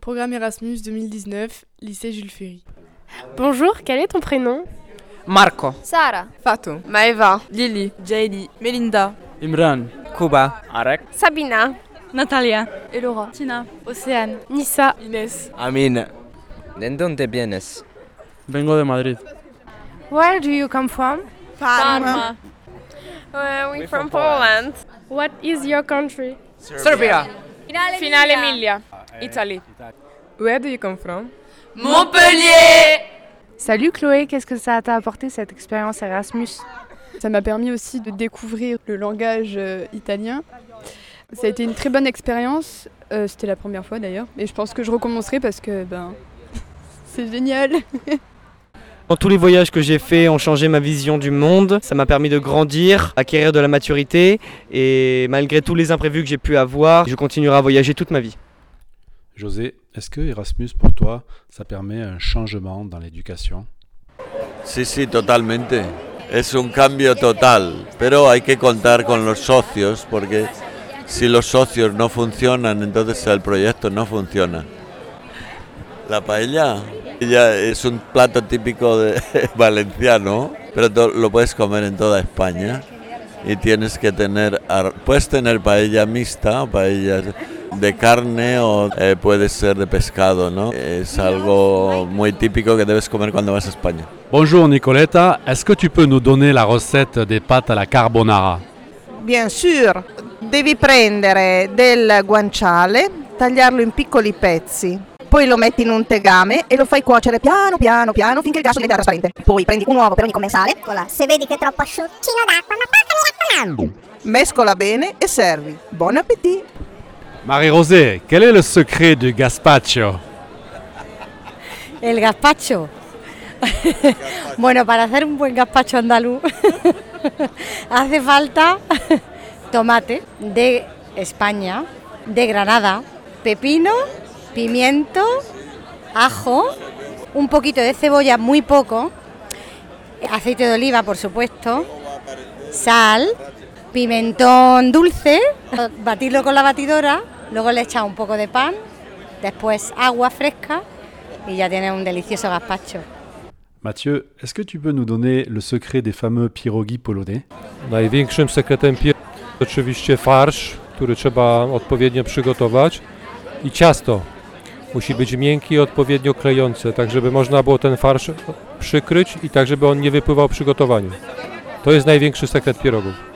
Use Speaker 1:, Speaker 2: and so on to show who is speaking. Speaker 1: Programme Erasmus 2019, lycée Jules Ferry.
Speaker 2: Bonjour, quel est ton prénom
Speaker 3: Marco,
Speaker 4: Sara,
Speaker 5: Fatou,
Speaker 4: Maeva,
Speaker 5: Lily, Jaili, Melinda,
Speaker 6: Imran,
Speaker 3: Cuba,
Speaker 6: Arek,
Speaker 2: Sabina.
Speaker 7: Natalia,
Speaker 4: Elora,
Speaker 7: Tina,
Speaker 4: Océane,
Speaker 2: Nissa.
Speaker 5: Inès.
Speaker 3: Amin. ¿De dónde vienes?
Speaker 6: vengo de Madrid.
Speaker 2: Where do you come from
Speaker 7: Parma,
Speaker 4: we're from Poland.
Speaker 2: What is your country
Speaker 3: Serbia.
Speaker 7: Finale Emilia,
Speaker 4: Ah, eh.
Speaker 7: Italie.
Speaker 5: Where do you come from?
Speaker 2: Salut Chloé, qu'est-ce que ça t'a apporté cette expérience Erasmus
Speaker 8: Ça m'a permis aussi de découvrir le langage euh, italien. Ça a été une très bonne expérience. Euh, C'était la première fois d'ailleurs. Et je pense que je recommencerai parce que ben, c'est génial.
Speaker 9: Dans tous les voyages que j'ai faits ont changé ma vision du monde, ça m'a permis de grandir, acquérir de la maturité et malgré tous les imprévus que j'ai pu avoir, je continuerai à voyager toute ma vie.
Speaker 10: José, est-ce que Erasmus pour toi, ça permet un changement dans l'éducation
Speaker 11: Sí, sí, totalmente. Es un cambio total, pero hay que contar con los socios porque si los socios no funcionan, entonces el proyecto no funciona. La paella ya es un plato típico de- valenciano, pero to- lo puedes comer en toda España y tienes que tener ar- puedes tener paella mixta, o paella de carne o eh, puede ser de pescado, ¿no? Es algo muy típico que debes comer cuando vas a España.
Speaker 10: Bonjour Nicoletta, est-ce que tu peux nous donner la recette des pâtes à la carbonara
Speaker 12: Bien sûr, devi prendere del guanciale, tagliarlo in piccoli pezzi. Poi lo metti in un tegame e lo fai cuocere piano piano piano finché il grasso diventa trasparente. Poi prendi un uovo per ogni commensale,
Speaker 4: Se vedi che è troppo asciuccino d'acqua, ma fatemi raccomando.
Speaker 12: mescola bene e servi. Buon appetito!
Speaker 10: Marie-Rosée, quel est le secret du gazpacho
Speaker 7: El gazpacho. bueno, para hacer un buen gazpacho andaluz hace falta tomate de España, de Granada, pepino, pimiento, ajo, un poquito de cebolla, muy poco, aceite de oliva, por supuesto, sal, pimentón dulce, batirlo con la batidora, luego le echas un poco de pan, después agua fresca y ya tienes un delicioso gazpacho.
Speaker 10: Mathieu, est-ce que tu peux nous donner le secret des fameux pierogi polonais
Speaker 13: Największym sekretem pie... oczywiście farsz, który trzeba odpowiednio przygotować i ciasto. Musi być miękkie i odpowiednio klejące, tak żeby można było ten farsz przykryć i tak żeby on nie wypływał przy gotowaniu. To jest największy sekret pierogów.